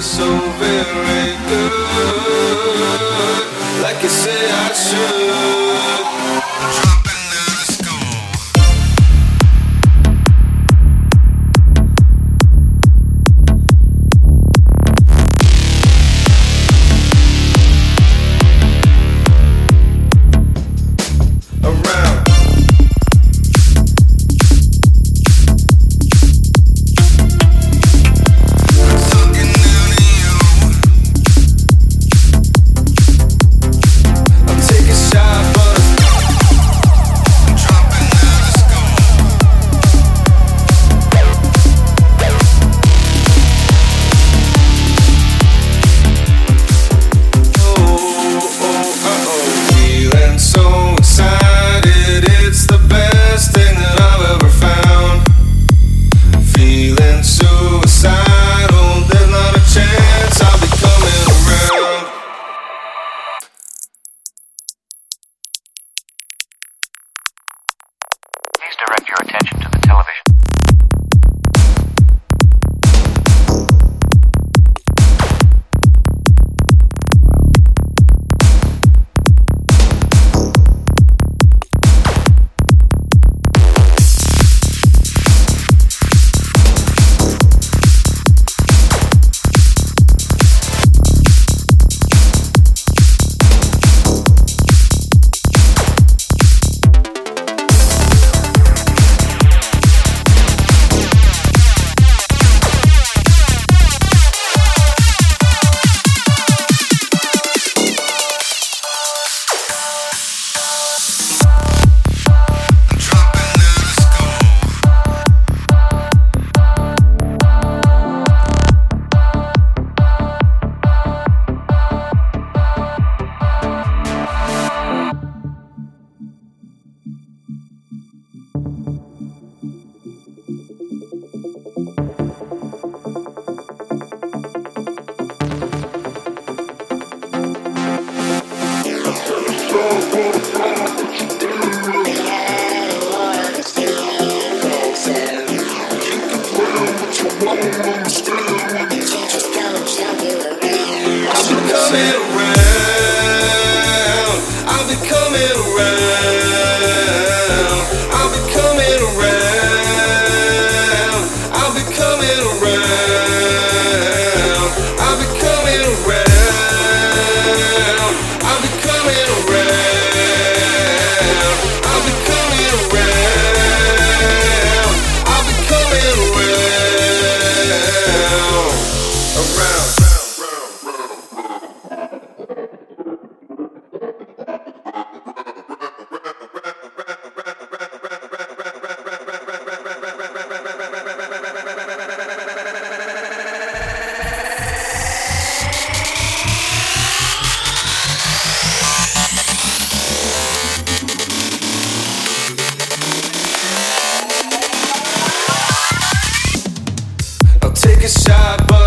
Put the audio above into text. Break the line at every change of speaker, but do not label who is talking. So very good, like you say I should. Dropping out of school. take a shot, but